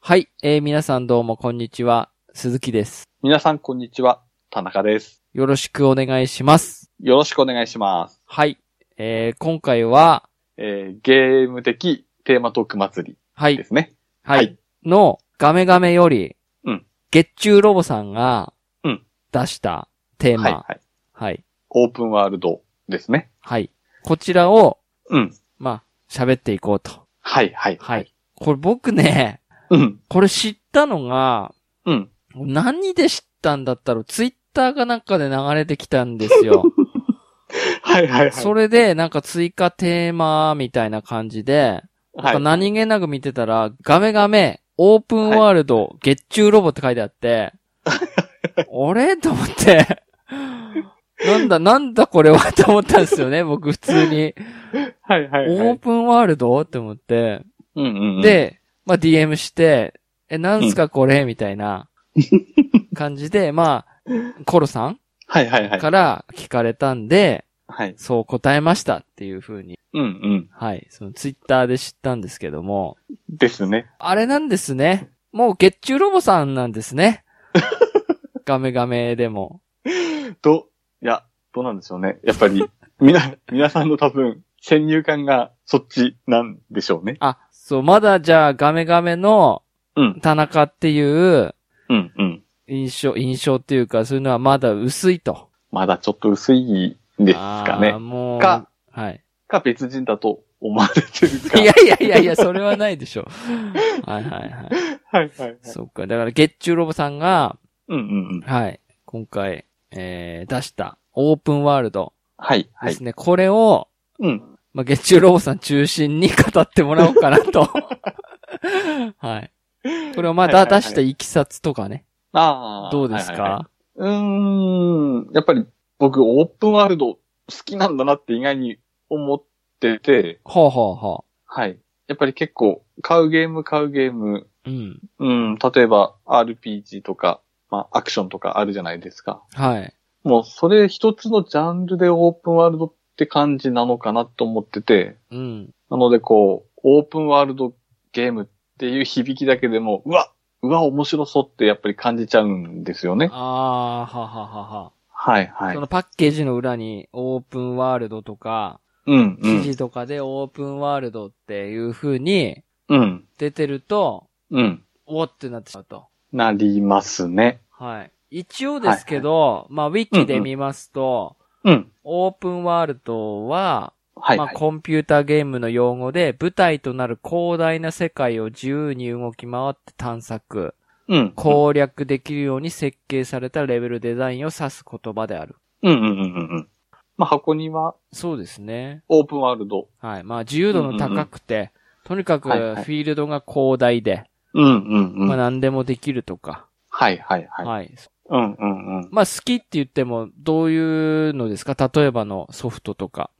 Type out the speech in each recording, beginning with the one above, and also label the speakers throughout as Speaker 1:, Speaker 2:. Speaker 1: はい、えー皆さんどうもこんにちは。鈴木です。
Speaker 2: 皆さん、こんにちは。田中です。
Speaker 1: よろしくお願いします。
Speaker 2: よろしくお願いします。
Speaker 1: はい、えー今回は、
Speaker 2: えー、ゲーム的テーマトーク祭
Speaker 1: は
Speaker 2: り
Speaker 1: い
Speaker 2: で、すね。
Speaker 1: はい、
Speaker 2: はい
Speaker 1: のガメガメより、
Speaker 2: うん
Speaker 1: 月中ロボさんが、
Speaker 2: うん
Speaker 1: 出したテーマ、
Speaker 2: はい、
Speaker 1: はい、
Speaker 2: はい。
Speaker 1: はい、
Speaker 2: オープンワールドですね。
Speaker 1: こちらを、
Speaker 2: うん。
Speaker 1: まあ、喋っていこうと。
Speaker 2: はい、はい。
Speaker 1: はい。これ僕ね、
Speaker 2: うん。
Speaker 1: これ知ったのが、
Speaker 2: うん。
Speaker 1: 何で知ったんだったろうツイッターかなんかで流れてきたんです よ。
Speaker 2: はい、はい、はい。
Speaker 1: それで、なんか追加テーマみたいな感じで、なん
Speaker 2: は
Speaker 1: か
Speaker 2: い。
Speaker 1: 何気なく見てたら、ガメガメ、オープンワールド、月中ロボって書いてあ って、あれと思って、なんだ、なんだこれはと思ったんですよ ね、僕普通に。
Speaker 2: はい、はい、は
Speaker 1: オー
Speaker 2: い。
Speaker 1: プンワールドって思って。
Speaker 2: うん、うんうん。、
Speaker 1: で、まあ、DM して、え、なんすかこれみたいな感じ で、まあ、コロさん
Speaker 2: はい、はい、はい。
Speaker 1: から聞かれたんで、
Speaker 2: はい。
Speaker 1: そう答えましたっていう風に
Speaker 2: うん、うん。
Speaker 1: はい。そのツイッターで知ったんですけども、
Speaker 2: ですね。
Speaker 1: あれなんですね。もう月中ロボさんなんです ね。ガメガメでも。
Speaker 2: ど、いや、どうなんでしょうね。やっぱり、みな、 皆さんの多分、先入観がそっちなんでしょうね。
Speaker 1: あ、そう、まだじゃあガメガメの
Speaker 2: うん、
Speaker 1: 田中っていう
Speaker 2: うん、うん。
Speaker 1: 印象、印象っていうか、そういうのはまだ薄いと。
Speaker 2: まだちょっと薄いですか
Speaker 1: あー
Speaker 2: ね。
Speaker 1: もう。
Speaker 2: か
Speaker 1: はい。
Speaker 2: か、別人だと思われてる
Speaker 1: い
Speaker 2: か。
Speaker 1: やいやいやいや、それはないでしょ。 はいはいはい。
Speaker 2: はいはいはい。
Speaker 1: そっか。だから月中ロボさんが、
Speaker 2: うんうんうん。
Speaker 1: はい。今回、えー、出したオープンワールド
Speaker 2: はいは
Speaker 1: で
Speaker 2: い
Speaker 1: す。ね。これを、
Speaker 2: うん。
Speaker 1: まあ、月中ロボさん中心に語ってもらおうかな と。はい。これをまあ、
Speaker 2: はいはい
Speaker 1: だ
Speaker 2: はい
Speaker 1: 出したいきさつとかね。
Speaker 2: ああ。
Speaker 1: どうですか、
Speaker 2: はいはいはいうーん。やっぱり僕オープンワールド好きなんだなって意外に思ってて、
Speaker 1: ほうほうほ
Speaker 2: はい。やっぱり結構買うゲーム買うゲーム、
Speaker 1: う。うん。
Speaker 2: うん、例えば RPG とか、まあアクションとかあるじゃないですか。
Speaker 1: はい。
Speaker 2: もうそれ一つのジャンルでオープンワールドって感じなのかなと思ってて、
Speaker 1: うん。
Speaker 2: なのでこう、オープンワールドゲームっていう響きだけでも、うわうわ、面白そうってやっぱり感じちゃうんですよね。
Speaker 1: ああー、はははは。
Speaker 2: はいはい
Speaker 1: そ。のパッケージの裏にオープンワールドとか、
Speaker 2: うんう
Speaker 1: 記
Speaker 2: ん。
Speaker 1: 事とかでオープンワールドっていう風に
Speaker 2: うん。
Speaker 1: 出てると、
Speaker 2: うん。
Speaker 1: おーってなってしまうと。
Speaker 2: なりますね。
Speaker 1: はい。一応ですけど、まあ、ウィキで見ますと、
Speaker 2: うん。
Speaker 1: オープンワールドは、
Speaker 2: はい、は
Speaker 1: まあ、
Speaker 2: い。
Speaker 1: コンピューターゲームの用語で、舞台となる広大な世界を自由に動き回って探索、
Speaker 2: うん。
Speaker 1: 攻略できるように設計されたレベルデザインを指す言葉である。
Speaker 2: うん。うんうんうんうん。まあ、箱には
Speaker 1: そうですね。
Speaker 2: オープンワールド。
Speaker 1: はい。まあ、自由度の高くて、とにかくフ
Speaker 2: はい
Speaker 1: ィ
Speaker 2: はい
Speaker 1: ールドが広大で、
Speaker 2: うんうんうん。
Speaker 1: まあ、何でもできるとか。
Speaker 2: はいはいはい。
Speaker 1: はい。
Speaker 2: うんうんうん。
Speaker 1: まあ、好きって言っても、どういうのですか例えばのソフトとか。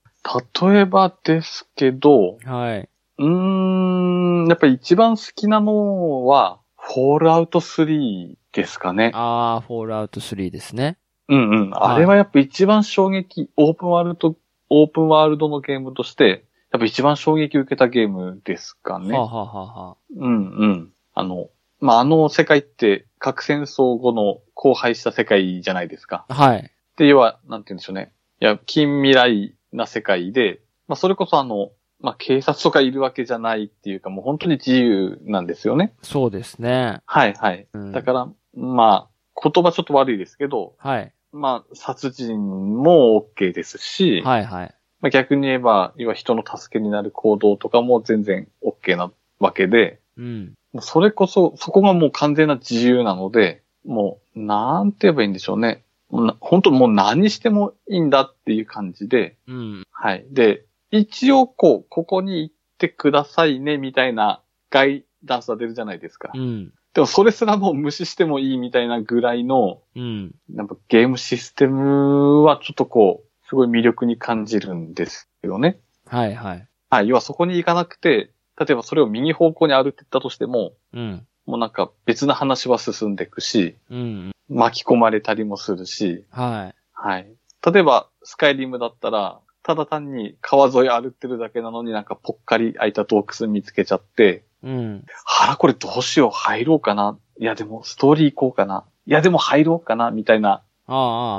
Speaker 2: 例えばですけど、
Speaker 1: はい。
Speaker 2: うーん、やっぱり一番好きなのは、フォールアウト3ですかね。
Speaker 1: あー、フォールアウト3ですね。
Speaker 2: うんうん。
Speaker 1: はい
Speaker 2: あれはやっぱ一番衝撃、オープンワールド、オープンワールドのゲームとして、やっぱ一番衝撃を受けたゲームですかね。
Speaker 1: はあ、はあはあはあ、
Speaker 2: うんうん。あの、まあ、あの世界って核戦争後の荒廃した世界じゃないですか。
Speaker 1: はい。
Speaker 2: で、要は、なんて言うんでしょうね。いや、近未来な世界で、まあ、それこそあの、まあ、警察とかいるわけじゃないっていうか、もう本当に自由なんですよね。
Speaker 1: そうですね。
Speaker 2: はいはい。
Speaker 1: うん
Speaker 2: だから、まあ、言葉ちょっと悪いですけど、
Speaker 1: はい。
Speaker 2: まあ、殺人も OK ですし、
Speaker 1: はいはい。
Speaker 2: まあ、逆に言えば、要は人の助けになる行動とかも全然 OK なわけで、
Speaker 1: うん。
Speaker 2: もうそれこそ、そこがもう完全な自由なので、もう、なんて言えばいいんでしょうね。もうな本当もう何してもいいんだっていう感じで、
Speaker 1: うん。
Speaker 2: はい。で、一応こう、ここに行ってくださいね、みたいなガイダンスは出るじゃないですか
Speaker 1: う。ん。
Speaker 2: でもそれすらもう無視してもいいみたいなぐらいの、
Speaker 1: うん。
Speaker 2: なんかゲームシステムはちょっとこう、すごい魅力に感じるんですよね。
Speaker 1: はいはい。
Speaker 2: はい、要はそこに行かなくて、例えばそれを右方向に歩いてったとしても、
Speaker 1: うん。
Speaker 2: もうなんか別の話は進んでいくし、
Speaker 1: うん。
Speaker 2: 巻き込まれたりもするし、
Speaker 1: は
Speaker 2: はい。例えば、スカイリムだったら、ただ単に川沿い歩いてるだけなのになんかぽっかり空いた洞窟見つけちゃって、
Speaker 1: うん。
Speaker 2: はあ、これどうしよう、入ろうかな。いや、でも、ストーリー行こうかな。いや、でも入ろうかな、みたいな。
Speaker 1: ああ、ああ、はあ、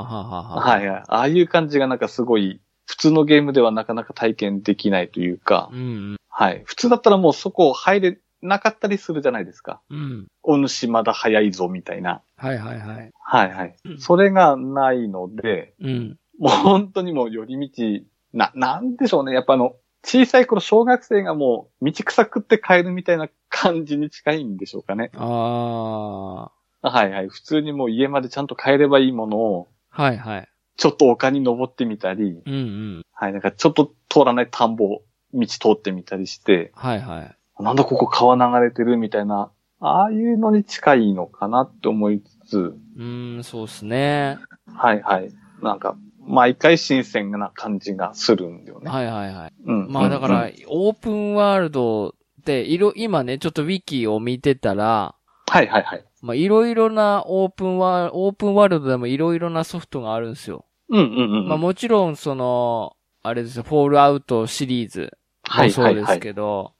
Speaker 1: はあ。
Speaker 2: はいはい。ああいう感じがなんかすごい、普通のゲームではなかなか体験できないというか、
Speaker 1: うん、
Speaker 2: はい。普通だったらもうそこ入れなかったりするじゃないですか。
Speaker 1: うん。うん。
Speaker 2: お主まだ早いぞ、みたいな。
Speaker 1: はいはいはい。
Speaker 2: はいはい
Speaker 1: うん。
Speaker 2: それがないので、
Speaker 1: うん。
Speaker 2: もう本当にもう寄り道、な、なんでしょうね。やっぱあの、小さい頃小学生がもう道草食って帰るみたいな感じに近いんでしょうかね。
Speaker 1: ああ、
Speaker 2: はいはい。普通にもう家までちゃんと帰ればいいものを、
Speaker 1: はいはい。
Speaker 2: ちょっと丘に登ってみたり、
Speaker 1: うんうん。
Speaker 2: はい、なんかちょっと通らない田んぼ、道通ってみたりして、
Speaker 1: はいはい。
Speaker 2: なんだここ川流れてるみたいな、ああいうのに近いのかなって思いつつ、
Speaker 1: うーん、そうっすね。
Speaker 2: はいはい。なんか、毎回新鮮な感じがするんだよね。
Speaker 1: はいはいはい。
Speaker 2: うん。
Speaker 1: まあだか
Speaker 2: うんう
Speaker 1: ら
Speaker 2: ん、
Speaker 1: オープンワールドって、いろ、今ね、ちょっとウィキを見てたら、
Speaker 2: はいはいはい。
Speaker 1: まあいろいろなオープンワー、オープンワールドでもいろいろなソフトがあるんですよ。
Speaker 2: うんうんうん。
Speaker 1: まあもちろんその、あれですよ、フォールアウトシリーズ
Speaker 2: は
Speaker 1: も
Speaker 2: い
Speaker 1: そ
Speaker 2: は
Speaker 1: う
Speaker 2: い
Speaker 1: で
Speaker 2: は
Speaker 1: す
Speaker 2: い。
Speaker 1: けど、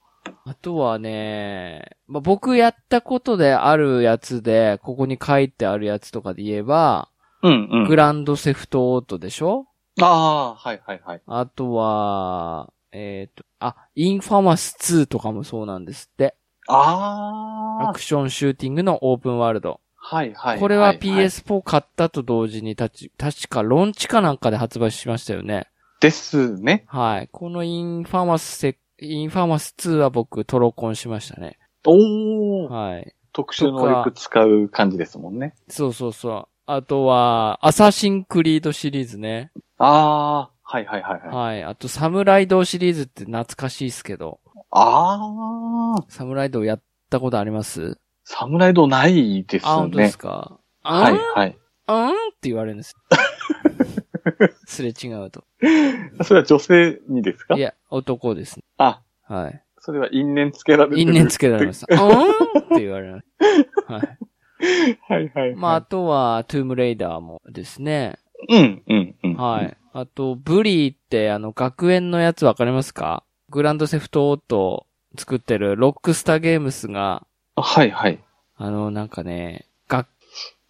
Speaker 1: あとはね、まあ僕やったことであるやつで、ここに書いてあるやつとかで言えば、
Speaker 2: うんう
Speaker 1: グ
Speaker 2: ん。
Speaker 1: ランドセフトオートでしょ
Speaker 2: ああー、はいはいはい。
Speaker 1: あとは、えっ、と、あ、インファマス2とかもそうなんですって。ア
Speaker 2: ああ
Speaker 1: ク、ションシューティングのオープンワールド。
Speaker 2: はいはいい。
Speaker 1: これははい PS4 買ったと同時にたち、確かロンチかなんかで発売しましたよね。
Speaker 2: ですね。
Speaker 1: はい。このインファマスセ、インファマス2は僕トロコンしましたね。
Speaker 2: おお、
Speaker 1: はい。
Speaker 2: 特殊能力使う感じですもんね。
Speaker 1: そうそうそう。あとは、アサシンクリードシリーズね。
Speaker 2: ああ、はいはいはいはい。
Speaker 1: はい。あと、サムライドシリーズって懐かしいっすけど。
Speaker 2: ああ、
Speaker 1: サムライドやったことあります
Speaker 2: サムライドないです
Speaker 1: あ、本当で
Speaker 2: ね
Speaker 1: す。か。
Speaker 2: は
Speaker 1: あ
Speaker 2: い
Speaker 1: ん
Speaker 2: はい。
Speaker 1: うんって言われるん ですよ。すれ違うと。
Speaker 2: それは女性にですか
Speaker 1: いや、男ですね。
Speaker 2: あ、
Speaker 1: はい。
Speaker 2: それは因縁つけられる。
Speaker 1: 因縁つけられました。うんって言われる。はい。
Speaker 2: はいはいはい。
Speaker 1: まあ、あとは、トゥームレイダーもですね。
Speaker 2: うん、うん、うん。
Speaker 1: は。い。あと、ブリーって、あの、学園のやつわかりますかグランドセフトオート作ってるロックスターゲームスが、
Speaker 2: はいはい。
Speaker 1: あの、なんかね、学、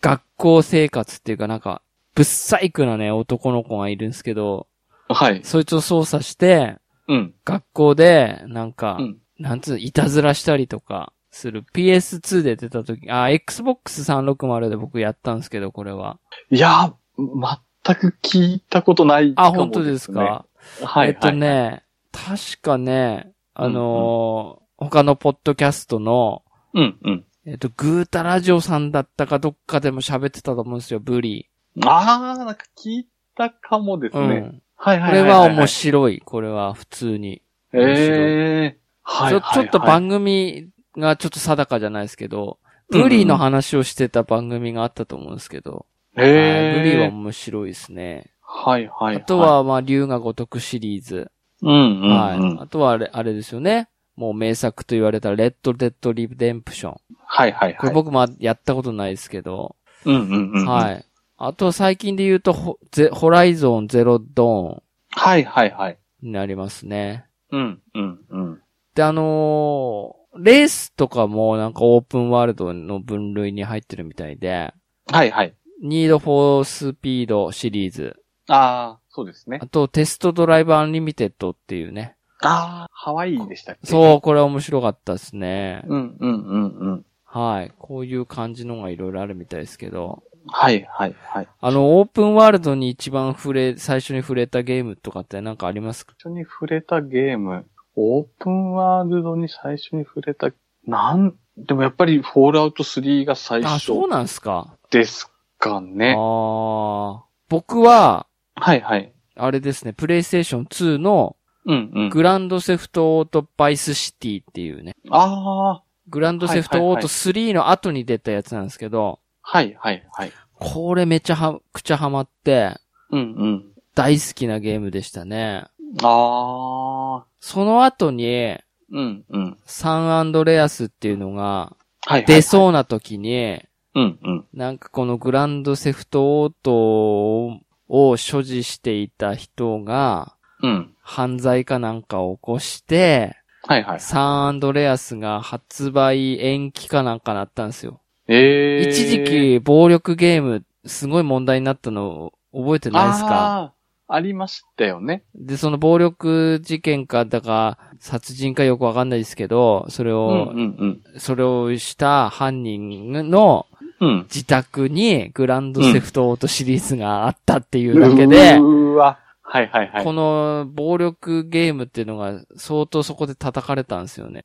Speaker 1: 学校生活っていうかなんか、ぶっさいくなね、男の子がいるんですけど、
Speaker 2: はい。
Speaker 1: そいつを操作して、
Speaker 2: うん。
Speaker 1: 学校で、なんか、
Speaker 2: うん
Speaker 1: なんつう、いたずらしたりとか、する PS2 で出た時、あ、Xbox 360で僕やったんですけど、これは。
Speaker 2: いやー、全く聞いたことない
Speaker 1: あ、
Speaker 2: かも
Speaker 1: 本当です
Speaker 2: ね
Speaker 1: か、
Speaker 2: はいはい。
Speaker 1: えっとね、確かね、あのー他のポッドキャストの、
Speaker 2: うん、うん。
Speaker 1: えっと、グータラジオさんだったかどっかでも喋ってたと思うんですよ、ブリ
Speaker 2: あー、なんか聞いたかもです
Speaker 1: ー。
Speaker 2: ね。
Speaker 1: うん。
Speaker 2: はい
Speaker 1: こ
Speaker 2: はい
Speaker 1: れ
Speaker 2: いい
Speaker 1: は面白い。これは普通に。面白い
Speaker 2: ええー。はいはいはい。
Speaker 1: ちょちょっと番組がちょっと定かじゃないですけど、ブリーの話をしてた番組があったと思うんですけど、
Speaker 2: え
Speaker 1: はい
Speaker 2: えー。
Speaker 1: ブリーは面白いですね。
Speaker 2: はいはい、はい。
Speaker 1: あと、は、まあ、竜が如くシリーズ。
Speaker 2: うんうん、うん。
Speaker 1: はい。あとはあれ、あれですよね。もう名作と言われたレッド・デッド・リデンプション。
Speaker 2: はいはい
Speaker 1: これ
Speaker 2: はい。
Speaker 1: 僕もやったことないですけど、
Speaker 2: うんうんうん。。
Speaker 1: はいい。あとは最近で言うとホ、ゼホライゾン・ゼロ・ド
Speaker 2: はいはいはい。
Speaker 1: ーンになりますね。
Speaker 2: うんうんうん。
Speaker 1: で、あのーレースとかもなんかオープンワールドの分類に入ってるみたいで、
Speaker 2: はいはい。
Speaker 1: Need for Speed シリーズ。
Speaker 2: ああ、そうですね
Speaker 1: あ。と、テストドライバーアンリミテッドっていうね。
Speaker 2: ああ、ハワイでしたっけう。
Speaker 1: そう、これ面白かったですね。
Speaker 2: うんうんうんうん。
Speaker 1: はい。こういう感じのがいろいろあるみたいですけど。
Speaker 2: はいはいはい。
Speaker 1: あの、オープンワールドに一番触れ、最初に触れたゲームとかってなんかありますか
Speaker 2: 最初に触れたゲーム、オープンワールドに最初に触れた、なん、でもやっぱりフォールアウト3が最
Speaker 1: あ、
Speaker 2: 初
Speaker 1: そうなんすか。
Speaker 2: ですか
Speaker 1: ああ
Speaker 2: ね。
Speaker 1: ー。僕は、
Speaker 2: はいはい。
Speaker 1: あれですね、プレイステーション2の
Speaker 2: うんうん。
Speaker 1: グランドセフトオートバイスシティっていうね、
Speaker 2: ああ、
Speaker 1: グランドセフトオート3の後に出たやつなんですけど、
Speaker 2: はいはいはい。
Speaker 1: これめちゃは、くちゃハマって、
Speaker 2: うんうん。
Speaker 1: 大好きなゲームでしたね。
Speaker 2: ああ、
Speaker 1: その後に、
Speaker 2: うんうん。
Speaker 1: サンアンドレアスっていうのが
Speaker 2: はいはい。
Speaker 1: 出そうな時に、
Speaker 2: うんうん。
Speaker 1: なんかこのグランドセフトオートを所持していた人が
Speaker 2: うん。
Speaker 1: 犯罪かなんかを起こして、
Speaker 2: はいはい。
Speaker 1: サンアンドレアスが発売延期かなんかなったんですよ。
Speaker 2: ええー。
Speaker 1: 一時期暴力ゲームすごい問題になったの覚えてないですか
Speaker 2: あーありましたよね。
Speaker 1: で、その暴力事件か、だか、殺人かよくわかんないですけど、それ
Speaker 2: うん
Speaker 1: を、
Speaker 2: うん
Speaker 1: それをした犯人の
Speaker 2: うん。うん。
Speaker 1: 自宅にグランドセフトオートシリーズがあったっていうだけで、
Speaker 2: うーわ。はいはいはい
Speaker 1: こ。の暴力ゲームっていうのが相当そこで叩かれたんですよね。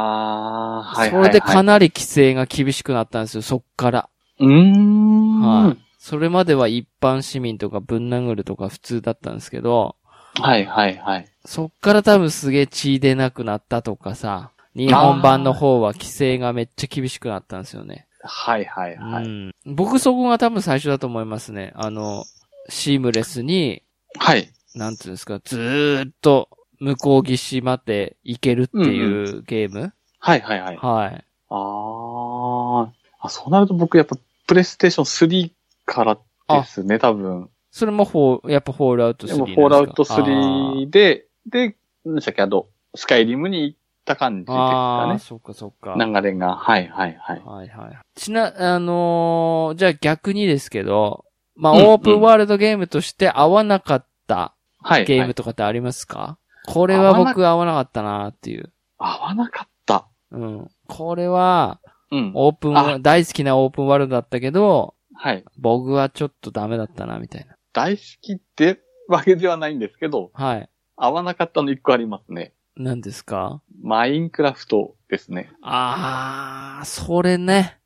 Speaker 2: あー、はいはい、
Speaker 1: そ
Speaker 2: はい。
Speaker 1: れでかなり規制が厳しくなったんですよ、そっから。
Speaker 2: うーん。
Speaker 1: は。
Speaker 2: はい
Speaker 1: それまでは一般市民とかぶん殴るとか普通だったんですけど、
Speaker 2: いはいはい。
Speaker 1: そっから多分すげえ血出なくなったとかさ、日本版の方は規制がめっちゃ厳しくなったんですよね。
Speaker 2: はいはいは
Speaker 1: う
Speaker 2: い。
Speaker 1: ん、僕そこが多分最初だと思いますね。あの、シームレスに、
Speaker 2: はい。
Speaker 1: なんていうんですか、ずーっと向こう岸まで行けるっていうゲーム、
Speaker 2: はいはいはい。
Speaker 1: はい。
Speaker 2: あー。あ、そうなると僕やっぱプレイステーション3からですね、多分。
Speaker 1: それもフォー、やっぱフォールアウト3な
Speaker 2: で
Speaker 1: ん
Speaker 2: も、
Speaker 1: です
Speaker 2: フ
Speaker 1: か
Speaker 2: ォールアウト
Speaker 1: あー
Speaker 2: 3で、で、何でしたっけ、あと、スカイリムに行った感じです
Speaker 1: あ
Speaker 2: か
Speaker 1: ー、
Speaker 2: ね。
Speaker 1: そっかそっか。
Speaker 2: 流れが。はいはいはい。
Speaker 1: はいはい。ちな、あのーじゃあ逆にですけど、まあ、
Speaker 2: うん
Speaker 1: オープンワールドゲームとして合わなかった
Speaker 2: はい。
Speaker 1: ゲー
Speaker 2: は
Speaker 1: ム
Speaker 2: い
Speaker 1: とかってありますか、これは僕合わなかったなっていう。
Speaker 2: 合わなかった。
Speaker 1: うん。これは、
Speaker 2: うん。
Speaker 1: オープン
Speaker 2: あ、
Speaker 1: 大好きなオープンワールドだったけど、
Speaker 2: はい。
Speaker 1: 僕はちょっとダメだったな、みたいな。
Speaker 2: 大好きってわけではないんですけど、
Speaker 1: はい。
Speaker 2: 合わなかったの一個ありますね。
Speaker 1: 何ですか
Speaker 2: マインクラフトですね。
Speaker 1: あー、それね。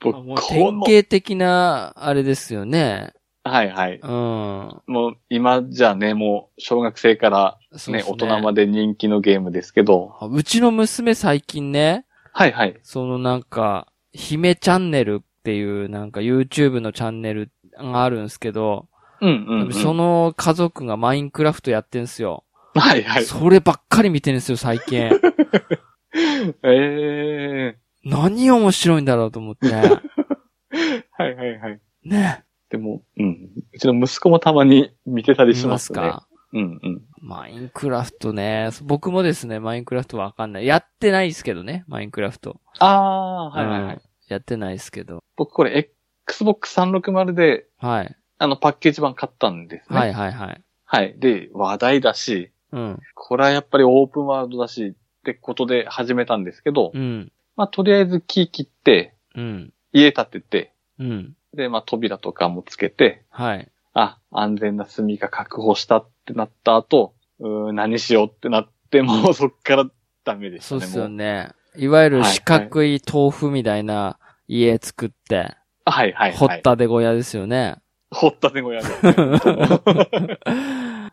Speaker 2: 僕、
Speaker 1: もう
Speaker 2: こ
Speaker 1: 典
Speaker 2: の、
Speaker 1: 型的な、あれですよね。
Speaker 2: はいはい。
Speaker 1: うん。
Speaker 2: もう今じゃね、もう小学生から
Speaker 1: そう
Speaker 2: ね、
Speaker 1: です
Speaker 2: 大人まで人気のゲームですけど、
Speaker 1: あうちの娘最近ね、
Speaker 2: はいはい。
Speaker 1: そのなんか、姫チャンネルっていうなんか YouTube のチャンネルがあるんですけど、
Speaker 2: うんうん、うん。
Speaker 1: その家族がマインクラフトやってんすよ。
Speaker 2: はいはい。
Speaker 1: そればっかり見てるんですよ、最近。
Speaker 2: ええ
Speaker 1: 何面白いんだろうと思って。
Speaker 2: はいはいはい。
Speaker 1: ね。
Speaker 2: でも、うん。うちの息子もたまに見てたり
Speaker 1: 見
Speaker 2: し
Speaker 1: ま
Speaker 2: ますすね。
Speaker 1: か
Speaker 2: うんうん。
Speaker 1: マインクラフトね。僕もですね、マインクラフトわかんない。やってないですけどね、マインクラフト。
Speaker 2: ああー、はいはいはい。
Speaker 1: うんやってないですけど。
Speaker 2: 僕これ Xbox 360で、
Speaker 1: はい。
Speaker 2: あのパッケージ版買ったんですね。
Speaker 1: はいはいはい。
Speaker 2: はい。で、話題だし、
Speaker 1: うん。
Speaker 2: これはやっぱりオープンワールドだし、ってことで始めたんですけど、
Speaker 1: うん。
Speaker 2: まあとりあえず木切って、
Speaker 1: うん。
Speaker 2: 家建てて、
Speaker 1: うん。
Speaker 2: で、まあ扉とかもつけて、
Speaker 1: はい。
Speaker 2: あ、安全な住みか確保したってなった後、うーん何しようってなって、 もうそっからダメでした
Speaker 1: そう
Speaker 2: ね。
Speaker 1: ですよ
Speaker 2: も
Speaker 1: ね。いわゆる
Speaker 2: はい
Speaker 1: 四角い豆腐みたいな家作って、
Speaker 2: うはいはい
Speaker 1: 掘
Speaker 2: は
Speaker 1: っ
Speaker 2: い。
Speaker 1: たで小屋ですよね。
Speaker 2: 掘ったて小屋で。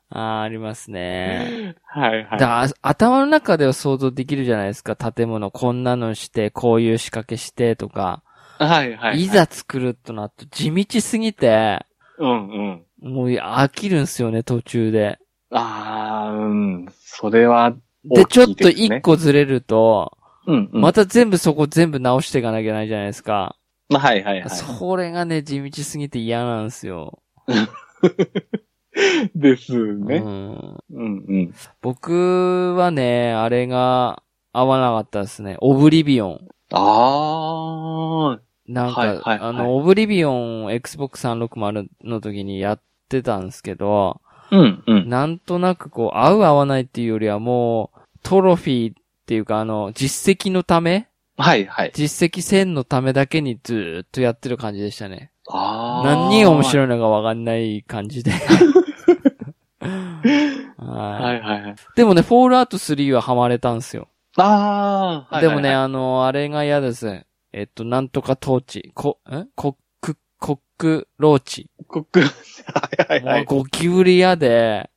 Speaker 1: ああ、あります ね。
Speaker 2: はいはい。
Speaker 1: だ頭の中では想像できるじゃないですか。建物こんなのして、こういう仕掛けしてとか。
Speaker 2: はいはいはい。
Speaker 1: いざ作るとなって地道すぎて、
Speaker 2: うんうん。
Speaker 1: もう飽きるんすよね、途中で。
Speaker 2: あー、うん。それは、
Speaker 1: で、
Speaker 2: 大
Speaker 1: ちょ
Speaker 2: き
Speaker 1: っ
Speaker 2: い
Speaker 1: と
Speaker 2: ですね
Speaker 1: 一個ずれると、
Speaker 2: うんうん。
Speaker 1: また全部そこ全部直していかなきゃいけないじゃないですか。
Speaker 2: はいはいはい。
Speaker 1: それがね、地道すぎて嫌なんですよ。
Speaker 2: です
Speaker 1: う
Speaker 2: ね。
Speaker 1: ん、
Speaker 2: うんうん。
Speaker 1: 僕はね、あれが合わなかったですね。オブリビオン。
Speaker 2: あー。
Speaker 1: なんか、
Speaker 2: はいはいはい
Speaker 1: あの、オブリビオン Xbox 360の時にやってたんですけど、
Speaker 2: うんうん。
Speaker 1: なんとなくこう、合う合わないっていうよりはもう、トロフィーっていうかあの、実績のため
Speaker 2: はいはい。
Speaker 1: 実績1000のためだけにずーっとやってる感じでしたね。
Speaker 2: あー。
Speaker 1: 何が面
Speaker 2: い。
Speaker 1: 白いのかわかんない感 じで。はい
Speaker 2: はいはいはい。
Speaker 1: でもね、フォールアウト3はハマれたんですよ。
Speaker 2: あー。はいはい
Speaker 1: で
Speaker 2: はい
Speaker 1: もね、、あの、あれが嫌です。えっと、なんとか統治。こ、んコック、コックローチ。
Speaker 2: コック。はいはい は
Speaker 1: もう
Speaker 2: い。
Speaker 1: ゴキブリ嫌で、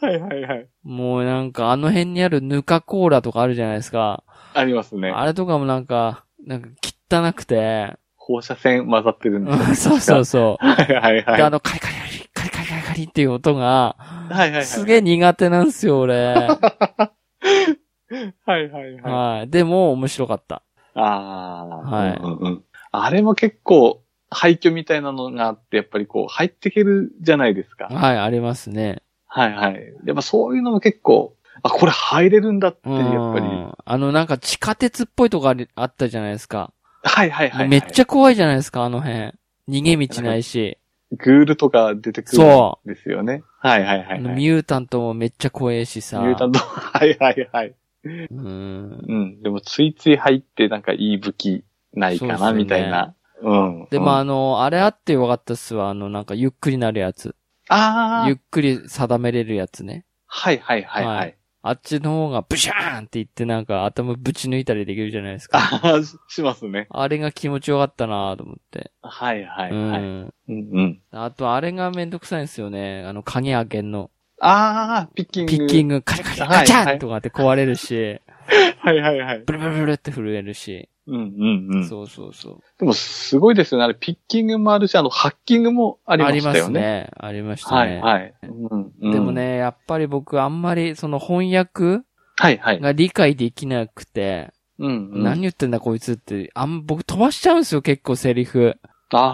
Speaker 2: はいはいはい。
Speaker 1: もうなんかあの辺にあるぬかコーラとかあるじゃないですか。
Speaker 2: ありますね。
Speaker 1: あれとかもなんか、なんか汚くて、
Speaker 2: 放射線混ざってるんですよ
Speaker 1: うんそうそうそう。
Speaker 2: はいはいはい。
Speaker 1: で、あの、カリカリカリ、カリカリカリカリっていう音が、
Speaker 2: はいはいはい。
Speaker 1: すげえ苦手なんですよ、俺。
Speaker 2: はいはいはい。
Speaker 1: はい。でも、面白かった。
Speaker 2: あー。
Speaker 1: はい
Speaker 2: うんうんうん。あれも結構、廃墟みたいなのがあって、やっぱりこう、入ってけるじゃないですか。
Speaker 1: はい、ありますね。
Speaker 2: はいはい。やっぱそういうのも結構、あ、これ入れるんだって、
Speaker 1: うん。
Speaker 2: やっぱり。
Speaker 1: あの、なんか地下鉄っぽいとこありあったじゃないですか。
Speaker 2: はいはいはい、はい。
Speaker 1: めっちゃ怖いじゃないですか、あの辺。逃げ道ないし。
Speaker 2: グールとか出てくるん
Speaker 1: そ
Speaker 2: ですよね。はいはいは
Speaker 1: う。あ
Speaker 2: い、
Speaker 1: の
Speaker 2: はい。
Speaker 1: ミュータントもめっちゃ怖いしさ。
Speaker 2: ミュータント。 はいはいはい。
Speaker 1: うん。
Speaker 2: うん。でも、ついつい入って、なんかいい武器ないか
Speaker 1: そうっ
Speaker 2: な、
Speaker 1: すね
Speaker 2: みたいな。うん。
Speaker 1: で、まあ、
Speaker 2: うん
Speaker 1: あの、あれあってよかったっすわ。あの、なんかゆっくりなるやつ。
Speaker 2: あ
Speaker 1: ゆ
Speaker 2: ー
Speaker 1: っくり定めれるやつね。
Speaker 2: はいはいはい
Speaker 1: は
Speaker 2: はいい。
Speaker 1: あっちの方がブシャーンって言ってなんか頭ぶち抜いたりできるじゃないですか。
Speaker 2: あーししますね。
Speaker 1: あれが気持ちよかったなぁと思って。
Speaker 2: はいはいは
Speaker 1: う
Speaker 2: い。
Speaker 1: ん。
Speaker 2: うんうん。
Speaker 1: あと、あれがめんどくさいんですよね。あの、鍵開けんの。
Speaker 2: あーピッキング。
Speaker 1: ピッキン
Speaker 2: グ。
Speaker 1: グ、カチャカチャ
Speaker 2: はい
Speaker 1: ガチ
Speaker 2: は
Speaker 1: ャン
Speaker 2: い
Speaker 1: とかって壊れるし、
Speaker 2: はいはいはい。
Speaker 1: ブルブルブルって震えるし。
Speaker 2: うんうんうん。
Speaker 1: そうそうそう。
Speaker 2: でも、すごいですよね。あれ、ピッキングもあるし、あの、ハッキングもありま
Speaker 1: あり
Speaker 2: し
Speaker 1: ま
Speaker 2: たよ
Speaker 1: す
Speaker 2: ね。
Speaker 1: ね。ありました
Speaker 2: はい
Speaker 1: ね。
Speaker 2: はい。うんうん
Speaker 1: でも。ね、やっぱり僕あんまりその翻訳
Speaker 2: はいはい。
Speaker 1: が理解できなくて、
Speaker 2: うんうん。
Speaker 1: 何言ってんだこいつって、あん、僕飛ばしちゃうんですよ結構セリフ。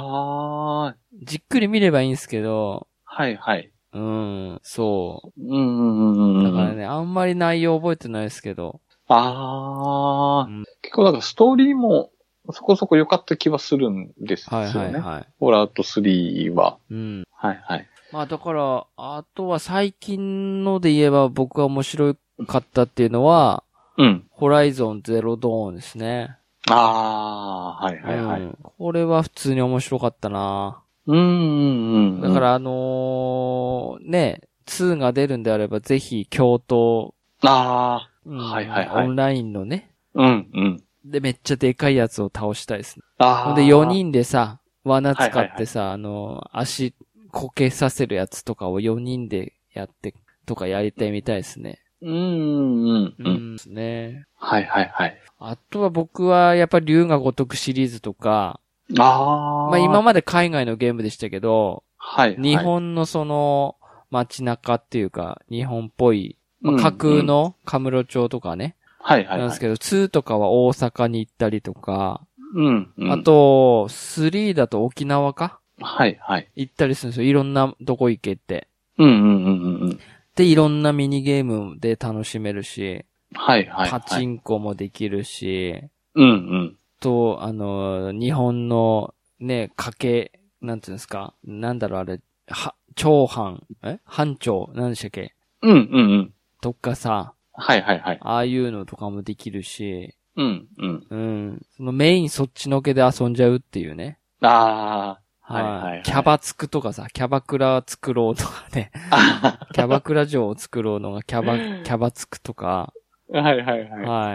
Speaker 2: あー
Speaker 1: じっくり見ればいいんですけど、
Speaker 2: はいはい。
Speaker 1: うん、そ
Speaker 2: うんうんうん
Speaker 1: う。
Speaker 2: うんう
Speaker 1: だ
Speaker 2: ん。
Speaker 1: からね、あんまり内容覚えてないですけど。
Speaker 2: ああ、
Speaker 1: うん
Speaker 2: 結構なんかストーリーもそこそこ良かった気はするんですよ
Speaker 1: はい
Speaker 2: ね。
Speaker 1: はいはい。
Speaker 2: ホラーと3は。
Speaker 1: うん。
Speaker 2: はいはい。
Speaker 1: まあだから、あとは最近ので言えば僕が面白かったっていうのは、
Speaker 2: うん。
Speaker 1: ホライゾンゼロドーンですね。
Speaker 2: ああ、はいはいはい。
Speaker 1: うんこれは普通に面白かったな。
Speaker 2: うん、うん、うん。
Speaker 1: だか、らあのー、ね、2が出るんであればぜひ共闘、
Speaker 2: ああ、
Speaker 1: うん
Speaker 2: はいはいはい
Speaker 1: オンラインのね。
Speaker 2: うん、うん。
Speaker 1: で、めっちゃでかいやつを倒したいですね。
Speaker 2: あ
Speaker 1: ほ
Speaker 2: あ。
Speaker 1: んで、4。人でさ、罠使
Speaker 2: はい
Speaker 1: っ
Speaker 2: はいは
Speaker 1: てさ、あのー、足こけさせるやつとかを4人でやって、とかやりてみたいですね。
Speaker 2: うん、うん、う。
Speaker 1: うんん。ですね。
Speaker 2: はいはいはい。
Speaker 1: あとは僕はやっぱり竜が如くシリーズとか、
Speaker 2: ああ。
Speaker 1: まあ今
Speaker 2: も、
Speaker 1: まで海外のゲームでしたけど、
Speaker 2: はい、はい。
Speaker 1: 日本のその街中っていうか、日本っぽい、まあ架空
Speaker 2: うんうん。
Speaker 1: のカムロ町とかね、
Speaker 2: はいはい、はい。
Speaker 1: なんですけど、2とかは大阪に行ったりとか、
Speaker 2: うん、うん。
Speaker 1: あ、と、3だと沖縄か
Speaker 2: はいはい。
Speaker 1: 行ったりするんですよ。いろんなどこ行けって。
Speaker 2: うん、うん、うん、うんうん。
Speaker 1: で、いろんなミニゲームで楽しめるし、
Speaker 2: はいはい、は
Speaker 1: パ
Speaker 2: い。
Speaker 1: チンコもできるし、
Speaker 2: うん、うん。
Speaker 1: と、あの、日本の、ね、家系、なんていうんですか、なんだろう、あれ、は、長藩、え藩長、なんでしたっけ
Speaker 2: うん、うん、うん。
Speaker 1: とかさ、
Speaker 2: はいはいはい。
Speaker 1: ああいうのとかもできるし、
Speaker 2: うん、うん。
Speaker 1: うん。そのメインそっちのけで遊んじゃうっていうね。
Speaker 2: あはいはいはい
Speaker 1: キャバつくとかさ、キャバクラ作ろうとか ね。
Speaker 2: あ。
Speaker 1: キャバクラ城を作ろうのがキャバ、キャバつくとか。
Speaker 2: はいはいはい。。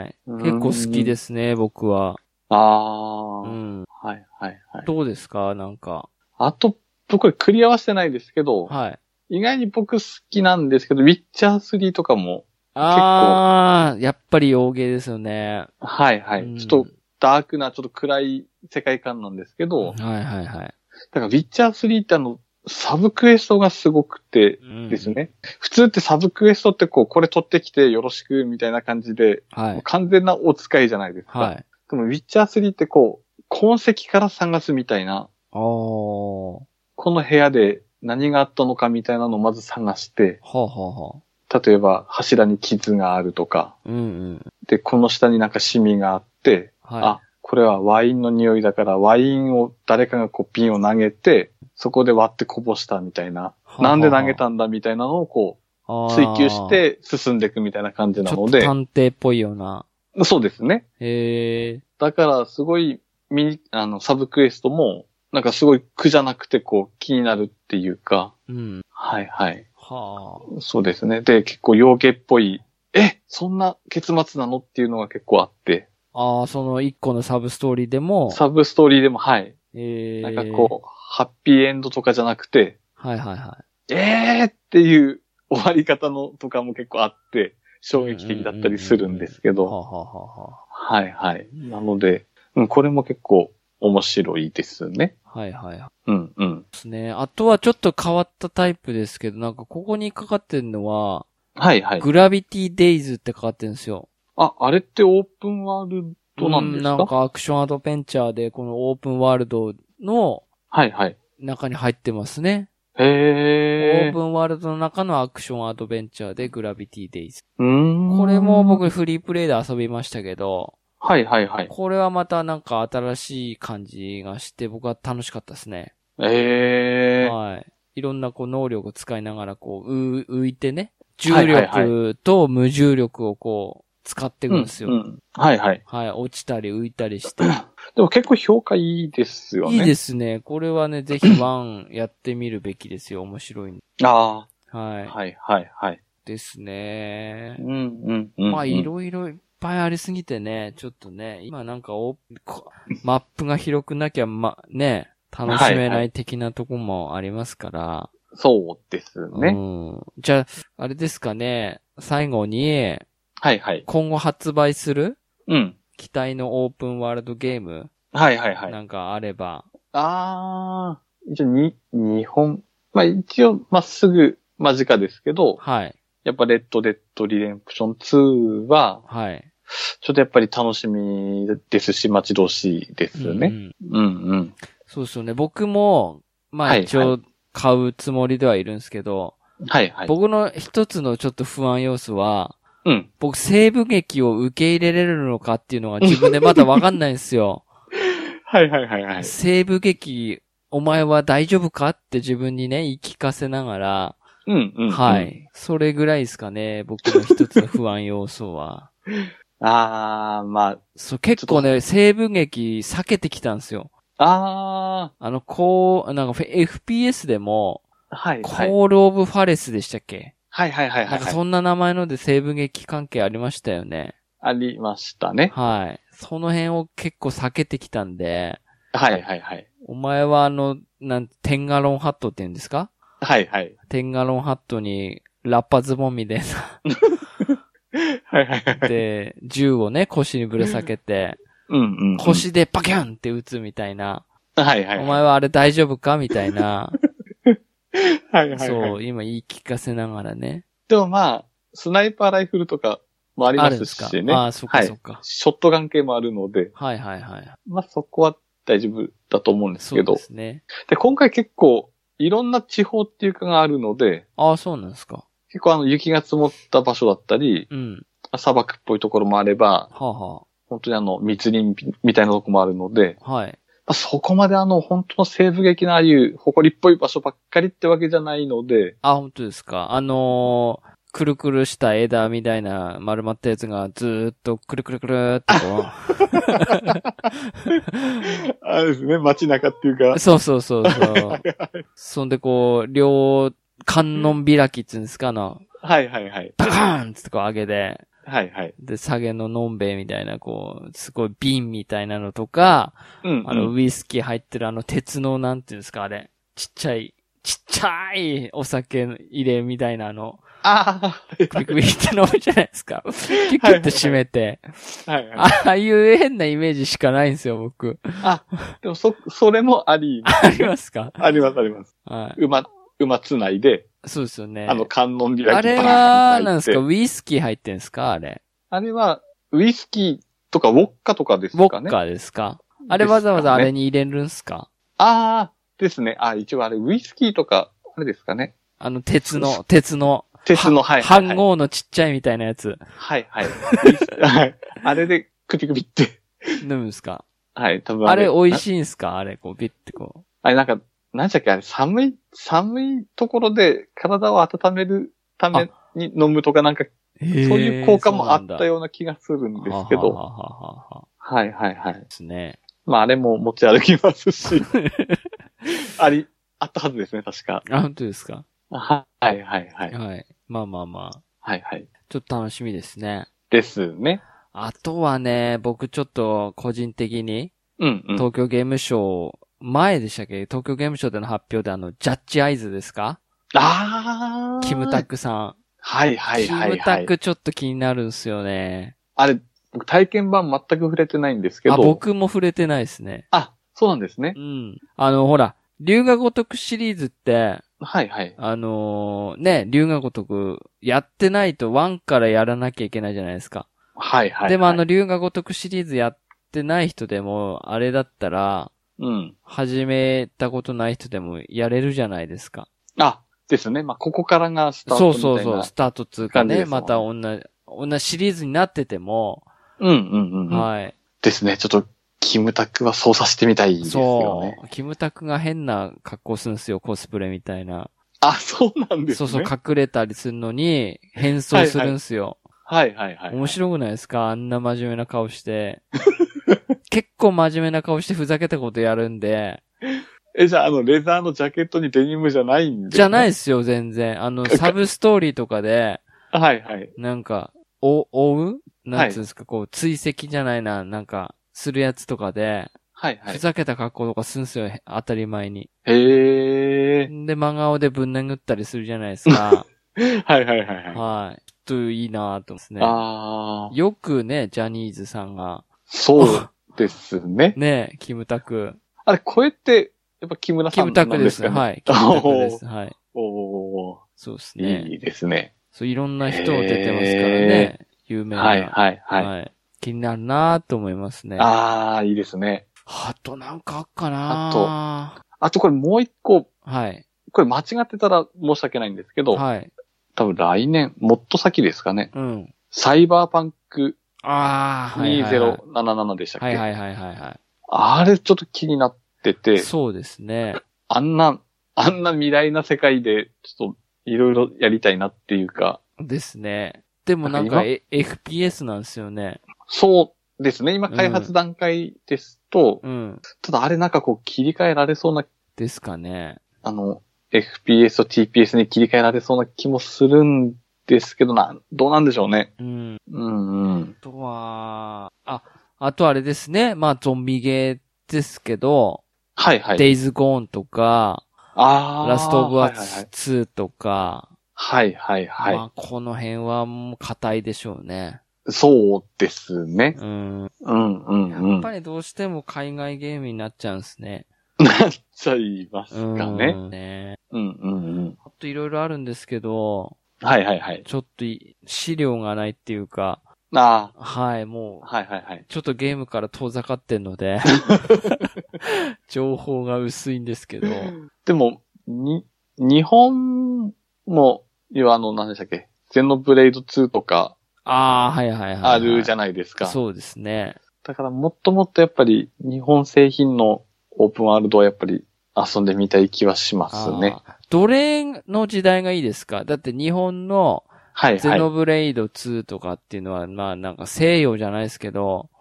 Speaker 1: はい。結構好きですすね、僕は。
Speaker 2: あ
Speaker 1: う
Speaker 2: あ、
Speaker 1: ん。
Speaker 2: はいはいはい。
Speaker 1: どうですかなんか。
Speaker 2: あと、僕これクリアはしてないですけど、
Speaker 1: はい。
Speaker 2: 意外に僕好きなんですけど、ウィッチャー3とかも、
Speaker 1: ああ、やっぱり洋芸ですよね。
Speaker 2: はいはい。
Speaker 1: うん
Speaker 2: ちょっとダークな、ちょっと暗い世界観なんですけど、
Speaker 1: はいはいはい。
Speaker 2: だからウィッチャー3ってあの、サブクエストがすごくてですね。普通ってサブクエストってこう、これ取ってきてよろしくみたいな感じで、
Speaker 1: はい。
Speaker 2: 完全なお使いじゃないですか。
Speaker 1: はい。
Speaker 2: でも、ウィッチャー3ってこう、痕跡から探すみたいな、
Speaker 1: おー。
Speaker 2: この部屋で何があったのかみたいなのをまず探して、
Speaker 1: ほうほうほ
Speaker 2: 例えば柱に傷があるとか、
Speaker 1: う。うんうん。
Speaker 2: で、この下になんかシミがあって、あ
Speaker 1: は、
Speaker 2: これはワインの匂いだから、ワインを誰かがこうピンを投げて、そこで割ってこぼしたみたいな、
Speaker 1: い。
Speaker 2: なんで投げたんだみたいなのをこう、追求し、て進んでいくみたいな感じ
Speaker 1: ち
Speaker 2: な
Speaker 1: ょ
Speaker 2: の
Speaker 1: っと
Speaker 2: で、
Speaker 1: 探偵っぽいような。
Speaker 2: そうですね。
Speaker 1: へえ。
Speaker 2: だから、すごい、ミニ、あの、サブクエストも、なんかすごい苦じゃなくて、こう、気になるっていうか、
Speaker 1: うん。
Speaker 2: はいはい。
Speaker 1: はあ。
Speaker 2: そうですね。で、結構、洋芸っぽい、え、そんな結末なのっていうのが結構あって、
Speaker 1: ああ、その一個のサブストーリーでも、
Speaker 2: サブストーリーでも、はい。
Speaker 1: ええ。
Speaker 2: なんかこう、ハッピーエンドとかじゃなくて、
Speaker 1: う。はいはいは
Speaker 2: えーっていう終わり方のとかも結構あって、衝撃的だったりするんですけ
Speaker 1: い。はあ
Speaker 2: ど、
Speaker 1: はあはあは
Speaker 2: はいはい。なので、うん、これも結構面白いですね。
Speaker 1: あ。はいはいはい。
Speaker 2: うんうん。
Speaker 1: ですね。あとはちょっと変わったタイプですけど、なんかここにかかってるのは、
Speaker 2: はいはい。
Speaker 1: グラビティデイズってかかってるんですよ。
Speaker 2: あ、あれってオープンワールドなんですか,、
Speaker 1: なんかアクションアドベンチャーで、このオープンワールドの
Speaker 2: はいはい。
Speaker 1: 中に入ってますね。オー
Speaker 2: へえ
Speaker 1: プ。ンワールドの中のアクションアドベンチャーでグラビティデイズ。
Speaker 2: うーん。
Speaker 1: これも。僕フリープレイで遊びましたけど、
Speaker 2: はいはいはい。
Speaker 1: これはまたなんか新しい感じがして僕は楽しかったですね。
Speaker 2: ええ。
Speaker 1: はい。いろんなこう能力を使いながらこうう浮いてね、重
Speaker 2: はいはいはい
Speaker 1: 力と無重力をこう使っていくんですよ。
Speaker 2: うんうんはいはい。
Speaker 1: はい。落ちたり浮いたり して。
Speaker 2: でも結構評価いいですよね。
Speaker 1: いいですね。これはね、ぜひワンやってみるべきですよ。面白いんで。
Speaker 2: あ
Speaker 1: は
Speaker 2: あ、
Speaker 1: い。
Speaker 2: はいはいはい。
Speaker 1: ですね
Speaker 2: う。んうんうんうん。
Speaker 1: まあ、いろいろいっぱいありすぎてね、ちょっとね、今なんかお、こマップが広くなきゃ、ま、ね、楽しめ
Speaker 2: はい
Speaker 1: な
Speaker 2: はい
Speaker 1: 的なとこもありますから。
Speaker 2: そうです
Speaker 1: う
Speaker 2: ね。
Speaker 1: ん。じゃあ、あれですかね、最後に、
Speaker 2: はいはい。
Speaker 1: 今後発売する
Speaker 2: うん。
Speaker 1: 期待のオープンワールドゲーム
Speaker 2: はいはいはい。
Speaker 1: なんかあれば。
Speaker 2: ああ、一応に、日本。まあ一応、まっすぐ間近ですけど、
Speaker 1: はい。
Speaker 2: やっぱレッドデッドリデンプション2は、
Speaker 1: はい。
Speaker 2: ちょっとやっぱり楽しみですし、待ち遠しいですよ
Speaker 1: うん
Speaker 2: ね。
Speaker 1: うん
Speaker 2: うんうん。
Speaker 1: そうですよね。僕も、まあ
Speaker 2: はい
Speaker 1: 一応買うつもりではいるんですけど、
Speaker 2: はいはい。
Speaker 1: 僕の一つのちょっと不安要素は、
Speaker 2: うん。
Speaker 1: 僕西部劇を受け入れれるのかっていうのが自分でまだわかんないんですよ。
Speaker 2: はいはい はいはい。
Speaker 1: 西部劇、お前は大丈夫かって自分にね、言い聞かせながら、
Speaker 2: うんうん。
Speaker 1: はい。それぐらいですかね、僕の一つの不安要素は。
Speaker 2: ああ、ま
Speaker 1: そう、結構ね、西部劇避けてきたんですよ。
Speaker 2: あ、あ
Speaker 1: あの、こう、なんか FPS でも、
Speaker 2: あ、はいはい。
Speaker 1: コールオブファレスでしたっけ
Speaker 2: はいはいはいは
Speaker 1: ないんか
Speaker 2: はい。
Speaker 1: そんな名前ので西部劇関係ありましたよね。
Speaker 2: ありましたね。
Speaker 1: はい。その辺を結構避けてきたんで、
Speaker 2: はいはいはい。
Speaker 1: お前はあの、なん、テンガロンハットって言うんですか
Speaker 2: はいはい。
Speaker 1: テンガロンハットにラッパズボンみたいにな
Speaker 2: はいはいはい
Speaker 1: っ。て、銃をね、腰にぶら下げて、
Speaker 2: うんうんうん。
Speaker 1: 腰でパキャンって撃つみたいな。
Speaker 2: はいはい。
Speaker 1: お前はあれ大丈夫かみたいな。
Speaker 2: はいはいはい。
Speaker 1: そう、今言い聞かせながらね。
Speaker 2: でもまあ、スナイパーライフルとかもあり
Speaker 1: あ
Speaker 2: ま
Speaker 1: るん
Speaker 2: す
Speaker 1: ですか
Speaker 2: し
Speaker 1: あ
Speaker 2: ね。
Speaker 1: あ、そっかそっか。
Speaker 2: ショットガン系もあるので、
Speaker 1: はいはいはい。
Speaker 2: まあそこは大丈夫だと思うんです
Speaker 1: そう
Speaker 2: けど。
Speaker 1: で
Speaker 2: です
Speaker 1: ね。
Speaker 2: 今回結構、いろんな地方っていうかがあるので、
Speaker 1: ああ、そうなんですか。
Speaker 2: 結構あの雪が積もった場所だったり、
Speaker 1: うん。
Speaker 2: 砂漠っぽいところもあれば、
Speaker 1: はあ、は
Speaker 2: 本当にあの密林みたいなとこもあるので、
Speaker 1: あ、はい。
Speaker 2: まあ、そこまであの本当の西部劇のああいう誇りっぽい場所ばっかりってわけじゃないので、
Speaker 1: あ、本当ですか。あのー、くるくるした枝みたいな丸まったやつがずーっとくるくるくるーっ と
Speaker 2: あれですね、街中っていう
Speaker 1: こ
Speaker 2: か
Speaker 1: う。そうそうそう そう。そんでこう、両、観音開きっていうんですかあの、
Speaker 2: はいはいはい。
Speaker 1: バカーンっつってこう上げで、
Speaker 2: はいはい。
Speaker 1: で、下げののんべえみたいな、こう、すごい瓶みたいなのとか、
Speaker 2: うん、うん。
Speaker 1: あの、ウイスキー入ってるあの、鉄のなんていうんですか、あれ。ちっちゃい、ちっちゃいお酒の入れみたいなあの、
Speaker 2: あ
Speaker 1: クビクビって飲むじゃないですか。キュッキュッて閉めて。
Speaker 2: あ、はいはい。
Speaker 1: ああいう変なイメージしかないんですよ、僕。
Speaker 2: でも、そ、それも あり、
Speaker 1: ありますか
Speaker 2: ありますあります。
Speaker 1: は
Speaker 2: 馬、馬つないで、
Speaker 1: い。そうですよね。
Speaker 2: あの、観音開き。
Speaker 1: あれ
Speaker 2: バーンっ
Speaker 1: は、
Speaker 2: て
Speaker 1: なんですか、
Speaker 2: 開いて
Speaker 1: ウイスキー入ってんですかあれ。
Speaker 2: あれは、ウイスキーとかウォッカとかです
Speaker 1: ウォ
Speaker 2: かね。
Speaker 1: ッカーですかあれわざわざあれ
Speaker 2: ですかね。
Speaker 1: に入れるんすか
Speaker 2: あー、ですね。あ、一応あれ、ウイスキーとか、あれですかね。
Speaker 1: あの、鉄の、鉄の、
Speaker 2: 鉄の、はい。はい
Speaker 1: 半。号のちっちゃいみたいなやつ、
Speaker 2: はいはい。ウイスはい。 あれで、クビクビって。
Speaker 1: 飲むんすか
Speaker 2: はい、多分
Speaker 1: あれ美味
Speaker 2: い。
Speaker 1: しいんすかあれ、こう、ビッてこ
Speaker 2: あれなんか、なんじゃっけ、あれ、寒い、寒いところで体を温めるために飲むとかなんか、
Speaker 1: う。
Speaker 2: そういう効果もあったような気がする
Speaker 1: うんな
Speaker 2: で
Speaker 1: んだ
Speaker 2: すけ
Speaker 1: は
Speaker 2: ど。
Speaker 1: ははははは
Speaker 2: はいはいはい。
Speaker 1: ですね。
Speaker 2: まああれも持ち歩きま すし。あり、あったはずですね、確か。
Speaker 1: あ、本当ですか
Speaker 2: はいはいはい。はい
Speaker 1: はい。まあまあまあ。
Speaker 2: はい。
Speaker 1: ちょっと楽しみですね。
Speaker 2: ですね。
Speaker 1: あとはね、僕ちょっと個人的に、
Speaker 2: うんうん。
Speaker 1: 東京ゲームショウ、前でしたっけ東京ゲームショウでの発表であの、ジャッジアイズですか
Speaker 2: あー。
Speaker 1: キムタ。クさん。
Speaker 2: はいはいはい、はい。
Speaker 1: キムタクちょっと気になるんすよね。
Speaker 2: あれ、僕体験版全く触れてないんですけど。
Speaker 1: あ、僕も触れてないですね。
Speaker 2: あ、そうなんですね
Speaker 1: う。ん。あの、ほら、龍が如くシリーズって、
Speaker 2: はいはい。
Speaker 1: あのーね、龍が如く、やってないと1からやらなきゃいけないじゃないですか。
Speaker 2: はいはい、はい。
Speaker 1: でもあの、、龍が如くシリーズやってない人でも、あれだったら、
Speaker 2: うん。
Speaker 1: 始めたことない人でもやれるじゃないですか。
Speaker 2: あ、ですね。まあ、ここからがスタート
Speaker 1: そ
Speaker 2: み
Speaker 1: う
Speaker 2: たいな。
Speaker 1: そうそう、スタート通過
Speaker 2: 感じで
Speaker 1: ね、
Speaker 2: すもん
Speaker 1: ま
Speaker 2: ね
Speaker 1: た同じ、同じシリーズになってても、
Speaker 2: うんうんうん。
Speaker 1: はい。
Speaker 2: ですね。ちょっと、キムタクは操作してみたいですよ
Speaker 1: そ
Speaker 2: ね。
Speaker 1: う。キムタクが変な格好するんですよ、コスプレみたいな。
Speaker 2: あ、そうなんで
Speaker 1: そ
Speaker 2: す
Speaker 1: う
Speaker 2: ね。
Speaker 1: そう、隠れたりするのに、変装するんすよ。
Speaker 2: はいはいはい。
Speaker 1: 面白くないですかあんな真面目な顔して。結構真面目な顔してふざけたことやるんで。
Speaker 2: え、じゃあ、あの、レザーのジャケットにデニムじゃないんで。
Speaker 1: じゃない
Speaker 2: い。
Speaker 1: ですよ、全然。あ の、サブストーリーとかで、
Speaker 2: はいはい。
Speaker 1: なんか、お、追うなんつうんですか、こう、追跡じゃないな、なんか、するやつとかで、
Speaker 2: はいは
Speaker 1: ふ
Speaker 2: い。
Speaker 1: ざけた格好とかすんすよ、へ当たり前に。
Speaker 2: へえ。
Speaker 1: で、真顔でぶん殴ったりするじゃないですか。
Speaker 2: はいはいはいはい。
Speaker 1: はい。ちょっといいなぁと思うんですね。
Speaker 2: ああ、
Speaker 1: よくね、ジャニーズさんが、
Speaker 2: そうです ね。
Speaker 1: ね、キムタク。
Speaker 2: あれ、これって、やっぱ木村
Speaker 1: キ
Speaker 2: さ
Speaker 1: ム
Speaker 2: ん
Speaker 1: タ
Speaker 2: な
Speaker 1: ク
Speaker 2: ん
Speaker 1: で
Speaker 2: です
Speaker 1: す。
Speaker 2: かね。
Speaker 1: はい。キムタク です。はい。
Speaker 2: おー、
Speaker 1: そうですね。
Speaker 2: いいですね。
Speaker 1: そう、いろんな人を出てますからね。有名な。
Speaker 2: はいはいはい。
Speaker 1: はい気になるなぁと思いますね。あ
Speaker 2: ああ、いいですね。
Speaker 1: となんかあっかなあ
Speaker 2: あとこれもう一個、
Speaker 1: はい。
Speaker 2: これ間違ってたら申し訳ないんですけど、
Speaker 1: はい。
Speaker 2: 多分来年、もっと先ですかね。
Speaker 1: うん。
Speaker 2: サイバーパンク
Speaker 1: ああ、はいはいはい。
Speaker 2: 2077でしたっけ、
Speaker 1: はいはいはいはいは
Speaker 2: あれちょっと気になって
Speaker 1: い。
Speaker 2: て、
Speaker 1: そうですね。
Speaker 2: あんな、あんな未来な世界で、ちょっといろいろやりたいなっていうか、
Speaker 1: ですね。でもなん
Speaker 2: な
Speaker 1: か
Speaker 2: んか
Speaker 1: え FPS なんですよね。
Speaker 2: そうですね。今開発段階ですと、
Speaker 1: うん。
Speaker 2: ただあれなんかこう切り替えられそうな、
Speaker 1: ですかね。
Speaker 2: あの、FPS と TPS に切り替えられそうな気もするんですけどな、どうなんでしょうね。
Speaker 1: うん。
Speaker 2: うんうん。
Speaker 1: あとは、あ、あとあれですね。まあ、ゾンビゲーですけど、
Speaker 2: はいはい。
Speaker 1: デイズ・ゴーンとか、
Speaker 2: ああ。
Speaker 1: ラスト・オブ・ア
Speaker 2: はい
Speaker 1: ツ2とか、
Speaker 2: はいはい。はいはいは
Speaker 1: まあ、この辺はもう硬いでしょうね。
Speaker 2: い。そうですね。
Speaker 1: うん。
Speaker 2: うんうんうん。
Speaker 1: やっぱりどうしても海外ゲームになっちゃうんですね。
Speaker 2: なっちゃいます
Speaker 1: うん。
Speaker 2: かね。
Speaker 1: ね
Speaker 2: うんうんうん。
Speaker 1: あといろいろあるんですけど、
Speaker 2: はいはいはい。
Speaker 1: ちょっとい資料がないっていうか、
Speaker 2: あ
Speaker 1: はい、もう
Speaker 2: あ、、はいはいはい。
Speaker 1: ちょっとゲームから遠ざかってんので、 情報が薄いんですけど、
Speaker 2: でも、に、日本も、要はあの、何でしたっけゼノブレイド2とか
Speaker 1: ああ、はいはいはい、はい。
Speaker 2: あるじゃ
Speaker 1: な
Speaker 2: ないですか。
Speaker 1: そうですね。
Speaker 2: だからもっともっとやっぱり日本製品のオープンワールドはやっぱり遊んでみたい気はしますね。
Speaker 1: あーどれの時代がいいですかだって日本の
Speaker 2: はいは
Speaker 1: ゼ
Speaker 2: い。
Speaker 1: ノブレイド2とかっていうのは、まあなんか西洋じゃないですけど、フ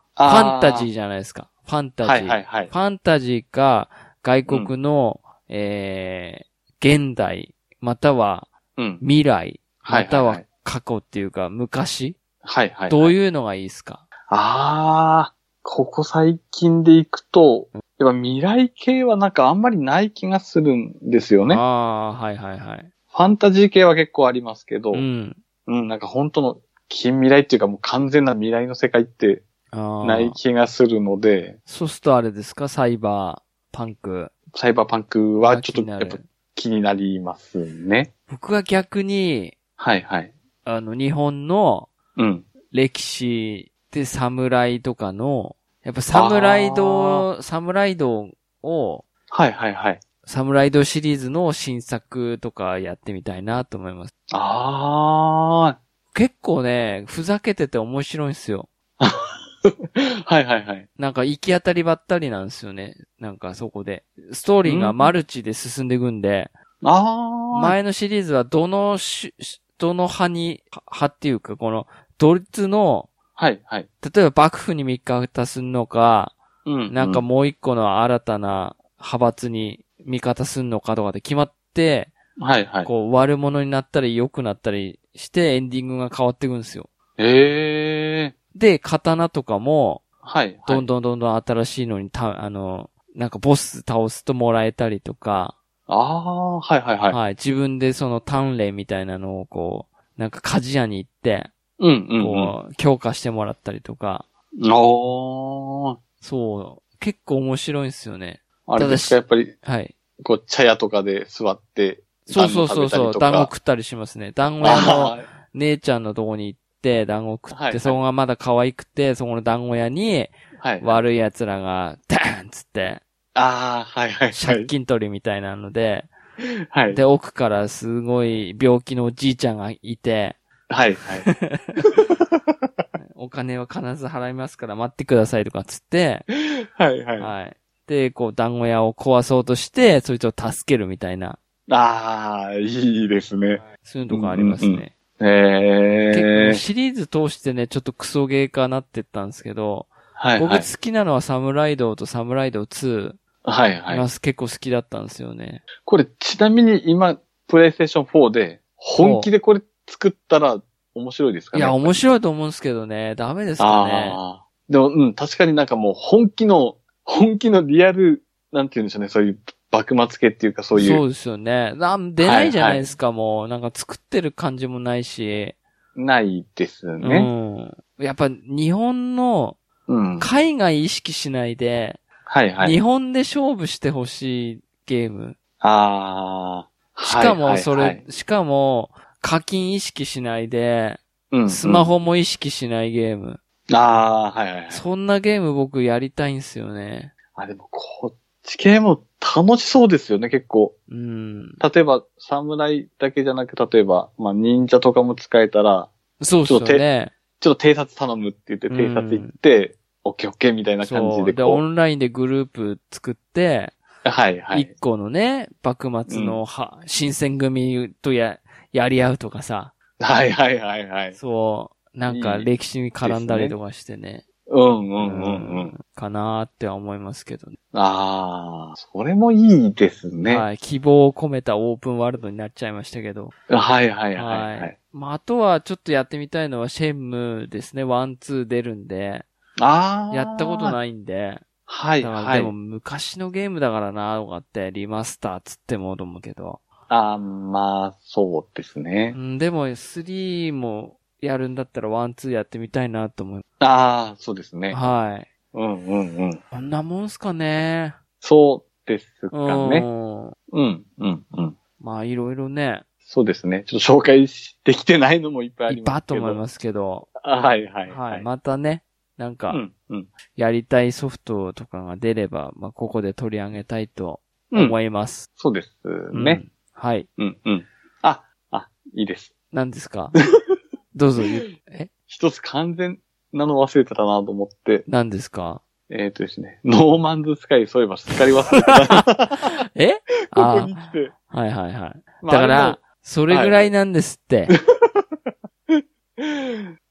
Speaker 1: ァ
Speaker 2: あ
Speaker 1: ンタジーじゃないですか。ファンタジー。
Speaker 2: はいはいはい
Speaker 1: フ。ァンタジーか外国の、えー、現代、または
Speaker 2: うん。
Speaker 1: 未来、
Speaker 2: は
Speaker 1: ま
Speaker 2: い
Speaker 1: た
Speaker 2: はいは。
Speaker 1: はい過去っていうか昔、
Speaker 2: はいはい。
Speaker 1: どう
Speaker 2: う
Speaker 1: いうのがいいですか
Speaker 2: ああ、ここ最近で行くと、やっぱ未来系はなんかあんまりない気がするんですよね。フ
Speaker 1: ああー、はいはいはい。
Speaker 2: ァンタジー系は結構ありますけど、
Speaker 1: う
Speaker 2: うん、
Speaker 1: ん。
Speaker 2: なんか本当の近未来っていうかもう完全な未来の世界って
Speaker 1: ああ。
Speaker 2: ない気がするので、
Speaker 1: そうするとあれですかサイバー、パンク。
Speaker 2: サイバーパンクはちょっ
Speaker 1: 気に
Speaker 2: と
Speaker 1: な
Speaker 2: やっ
Speaker 1: る
Speaker 2: ぱ気になりますね。
Speaker 1: 僕は逆に、
Speaker 2: はいはい。
Speaker 1: あの、日本の
Speaker 2: うん。
Speaker 1: 歴史で侍とかの、やっぱ侍道、侍道を、
Speaker 2: はいはいはい。
Speaker 1: 侍道シリーズの新作とかやってみたいなと思います。
Speaker 2: あ
Speaker 1: 結構ね、ふざけてて面白いんですよ。
Speaker 2: ー。 はいはいはい。
Speaker 1: なんか行き当たりばったりなんですよね。なんかそこで。ストーリーがマルチで進んでいくんで、
Speaker 2: あー。
Speaker 1: 前のシリーズはどのし、しどの派に、派っていうか、この、ドイツの、
Speaker 2: はいはい。
Speaker 1: 例えば幕府に味方すんのか、
Speaker 2: うん
Speaker 1: なんかもう一個の新たな派閥に味方すんのかとかで決まって、
Speaker 2: う。はいはい。
Speaker 1: こう悪者になったり良くなったりしてエンディングが変わっていくんですよ。
Speaker 2: ええ
Speaker 1: で、刀とかも、
Speaker 2: ー。はいはい。
Speaker 1: どんどんどんどん新しいのにた、あの、なんかボス倒すともらえたりとか、
Speaker 2: あー、はいはいは
Speaker 1: はいい、。自分でその鍛錬みたいなのをこう、なんか鍛冶屋に行って、
Speaker 2: うんう
Speaker 1: こう、
Speaker 2: ん
Speaker 1: 強化してもらったりとか、
Speaker 2: うん。おー。
Speaker 1: そう、結構面白いんですよね。
Speaker 2: あれですか、やっぱり、
Speaker 1: はい。
Speaker 2: こう、茶屋とかで座って、
Speaker 1: そうそうそうそう、団
Speaker 2: 団
Speaker 1: 子
Speaker 2: 子
Speaker 1: 食ったりしますね。団子屋の
Speaker 2: あ
Speaker 1: 姉ちゃんのとこに行って、団子食って、
Speaker 2: はいはい
Speaker 1: そこがまだ可愛くて、そこの団子屋に、
Speaker 2: ーはい。
Speaker 1: 悪い奴らが、ダーンっつって、
Speaker 2: あー、はいはいは
Speaker 1: 借
Speaker 2: い。
Speaker 1: 金取りみたいなので、
Speaker 2: はい。
Speaker 1: で、奥からすごい病気のおじいちゃんがいて、
Speaker 2: はい、はい。
Speaker 1: お金は必ず払いますから待ってくださいとかっつって、
Speaker 2: はい、はい。
Speaker 1: はい。で、こう、団子屋を壊そうとして、そいつを助けるみたいな、
Speaker 2: ああ、いいですね。
Speaker 1: そういうのがありますね。
Speaker 2: うんうんええ
Speaker 1: 結構シリーズ通してね、ちょっとクソゲー化なってったんですけど、
Speaker 2: はい、はい
Speaker 1: 僕。好きなのはサムライドウとサムライドウ2
Speaker 2: はい、はい。
Speaker 1: が結構好きだったんですよね。
Speaker 2: これ、ちなみに今、プレイステーション4で、本気でこれ作ったら面白いですか
Speaker 1: い、
Speaker 2: ね
Speaker 1: や、面
Speaker 2: 白い
Speaker 1: 白いと思うんですけどね、ダメで
Speaker 2: です
Speaker 1: かね。
Speaker 2: あーでも、うん、確かになんかもう本気の、本気のリアル、なんて言うんでしょうね、そういう幕末系っていうかそういう、
Speaker 1: そうですよね。なん出ないじゃないですか、もう。なんか作ってる感じもないし。
Speaker 2: ないですね。
Speaker 1: うん。やっぱ日本の
Speaker 2: うん。
Speaker 1: 海外意識しないで、
Speaker 2: はいはい。
Speaker 1: 日本で勝負してほしいゲーム。
Speaker 2: ああ。
Speaker 1: しかもそれ、
Speaker 2: はいはいはい
Speaker 1: しかも課金意識しないで、
Speaker 2: うんうん
Speaker 1: スマホも意識しないゲーム。
Speaker 2: ああ、はいはいはい。
Speaker 1: そんなゲーム僕やりたいんすよね。
Speaker 2: あ、でもこっち系も楽しそうですよね、結構。
Speaker 1: うん。
Speaker 2: 例えば、侍だけじゃなく、例えば、まあ、忍者とかも使えたら、
Speaker 1: そうですよね。
Speaker 2: ちょっと偵察頼むって言って、
Speaker 1: うん
Speaker 2: 偵察行って、オッケーオッケーみたいな感
Speaker 1: そ
Speaker 2: じ
Speaker 1: う。
Speaker 2: で
Speaker 1: で、
Speaker 2: こ
Speaker 1: オ
Speaker 2: う。
Speaker 1: ンラインでグループ作って、
Speaker 2: はいは
Speaker 1: 一
Speaker 2: い。
Speaker 1: 個のね、幕末のは、新選組とや、やり合うとかさ、
Speaker 2: はいはいはいはい。
Speaker 1: そう、なんか歴史に絡んだりとかしてね。
Speaker 2: うんうんうんうん。
Speaker 1: かなーっては思いますけどね。
Speaker 2: ああ、それもいいですね。は
Speaker 1: はい。希望を込めたオープンワールドになっちゃいましたけど。
Speaker 2: いはいはいはい。はい、
Speaker 1: まあ、あとはちょっとやってみたいのはシェンムーですね。ワン、ツー出るんで。
Speaker 2: ああ。
Speaker 1: やったこと
Speaker 2: い。
Speaker 1: ないんで。
Speaker 2: はい
Speaker 1: だから、
Speaker 2: は
Speaker 1: でも
Speaker 2: い。
Speaker 1: 昔のゲームだからなとかって、リマスターつってもと思うけど。
Speaker 2: あーまあ、そうです
Speaker 1: う
Speaker 2: ね。
Speaker 1: ん、でも、3もやるんだったらワン、ツーやってみたいなと思い
Speaker 2: ああ、そうですね。
Speaker 1: はい。
Speaker 2: うんうんうん。
Speaker 1: こんなもんすか ね。
Speaker 2: そうです
Speaker 1: う
Speaker 2: かね。
Speaker 1: ん。
Speaker 2: うんうんうん。
Speaker 1: まあ、いろいろね、
Speaker 2: そうですね。ちょっと紹介できてないのもいっぱいあ
Speaker 1: い
Speaker 2: り
Speaker 1: っぱいあ
Speaker 2: ま
Speaker 1: っ
Speaker 2: す
Speaker 1: た
Speaker 2: けど。
Speaker 1: と思いますけど。
Speaker 2: あはいはいは。
Speaker 1: はいい。またね、なん
Speaker 2: う
Speaker 1: か、
Speaker 2: んうん。
Speaker 1: やりたいソフトとかが出れば、まあ、ここで取り上げたいと
Speaker 2: うん
Speaker 1: 思います。
Speaker 2: そうですね。
Speaker 1: うん。はい。
Speaker 2: うん、うん。あ、あ、いいです。
Speaker 1: 何です かどうぞ言う、え
Speaker 2: 一つ完全なの忘れてたなと思って、
Speaker 1: 何ですか
Speaker 2: えっ、とですね、ノーマンズスカイ、そういえばすっかり忘れてた。 こ
Speaker 1: え あ
Speaker 2: こ
Speaker 1: あ
Speaker 2: に来て。
Speaker 1: ー、はいはいはい。
Speaker 2: ま
Speaker 1: だ
Speaker 2: あ
Speaker 1: から、、それぐらいなんですって。
Speaker 2: あれ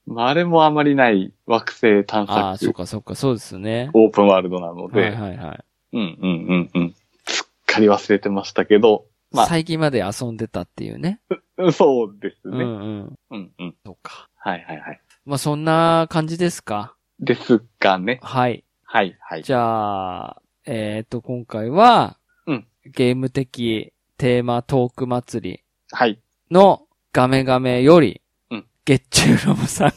Speaker 2: もまあ、あれもあまりない惑星探
Speaker 1: ああ、そう
Speaker 2: 索、
Speaker 1: かそうか、そうですね。
Speaker 2: オープンワールドなので、
Speaker 1: はいはいはい。
Speaker 2: うん、うん、うん、うん。すっかり忘れてましたけど、まあ
Speaker 1: 最近まで遊んでたっていうね。
Speaker 2: うんそうです
Speaker 1: うん
Speaker 2: ね。
Speaker 1: うん。
Speaker 2: うん、うん。
Speaker 1: そうか。
Speaker 2: はい、はい、はい。
Speaker 1: まあ、そんな感じですか。
Speaker 2: ですかね。
Speaker 1: はい。
Speaker 2: はい、はい。
Speaker 1: じゃあ、えっ、と、今回は、
Speaker 2: うん
Speaker 1: ゲーム的テーマトーク祭り
Speaker 2: はい。
Speaker 1: のガメガメより、
Speaker 2: うん
Speaker 1: 月中ロボさ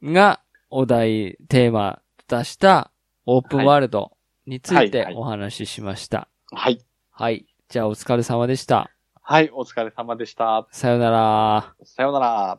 Speaker 1: んが お題、テーマ出したオープンワールドについ
Speaker 2: はいは
Speaker 1: て
Speaker 2: い
Speaker 1: お話ししました。
Speaker 2: はい。
Speaker 1: はい。じゃあお疲れ様でした。
Speaker 2: はい、お疲れ様でした。
Speaker 1: さよなら。
Speaker 2: さようなら。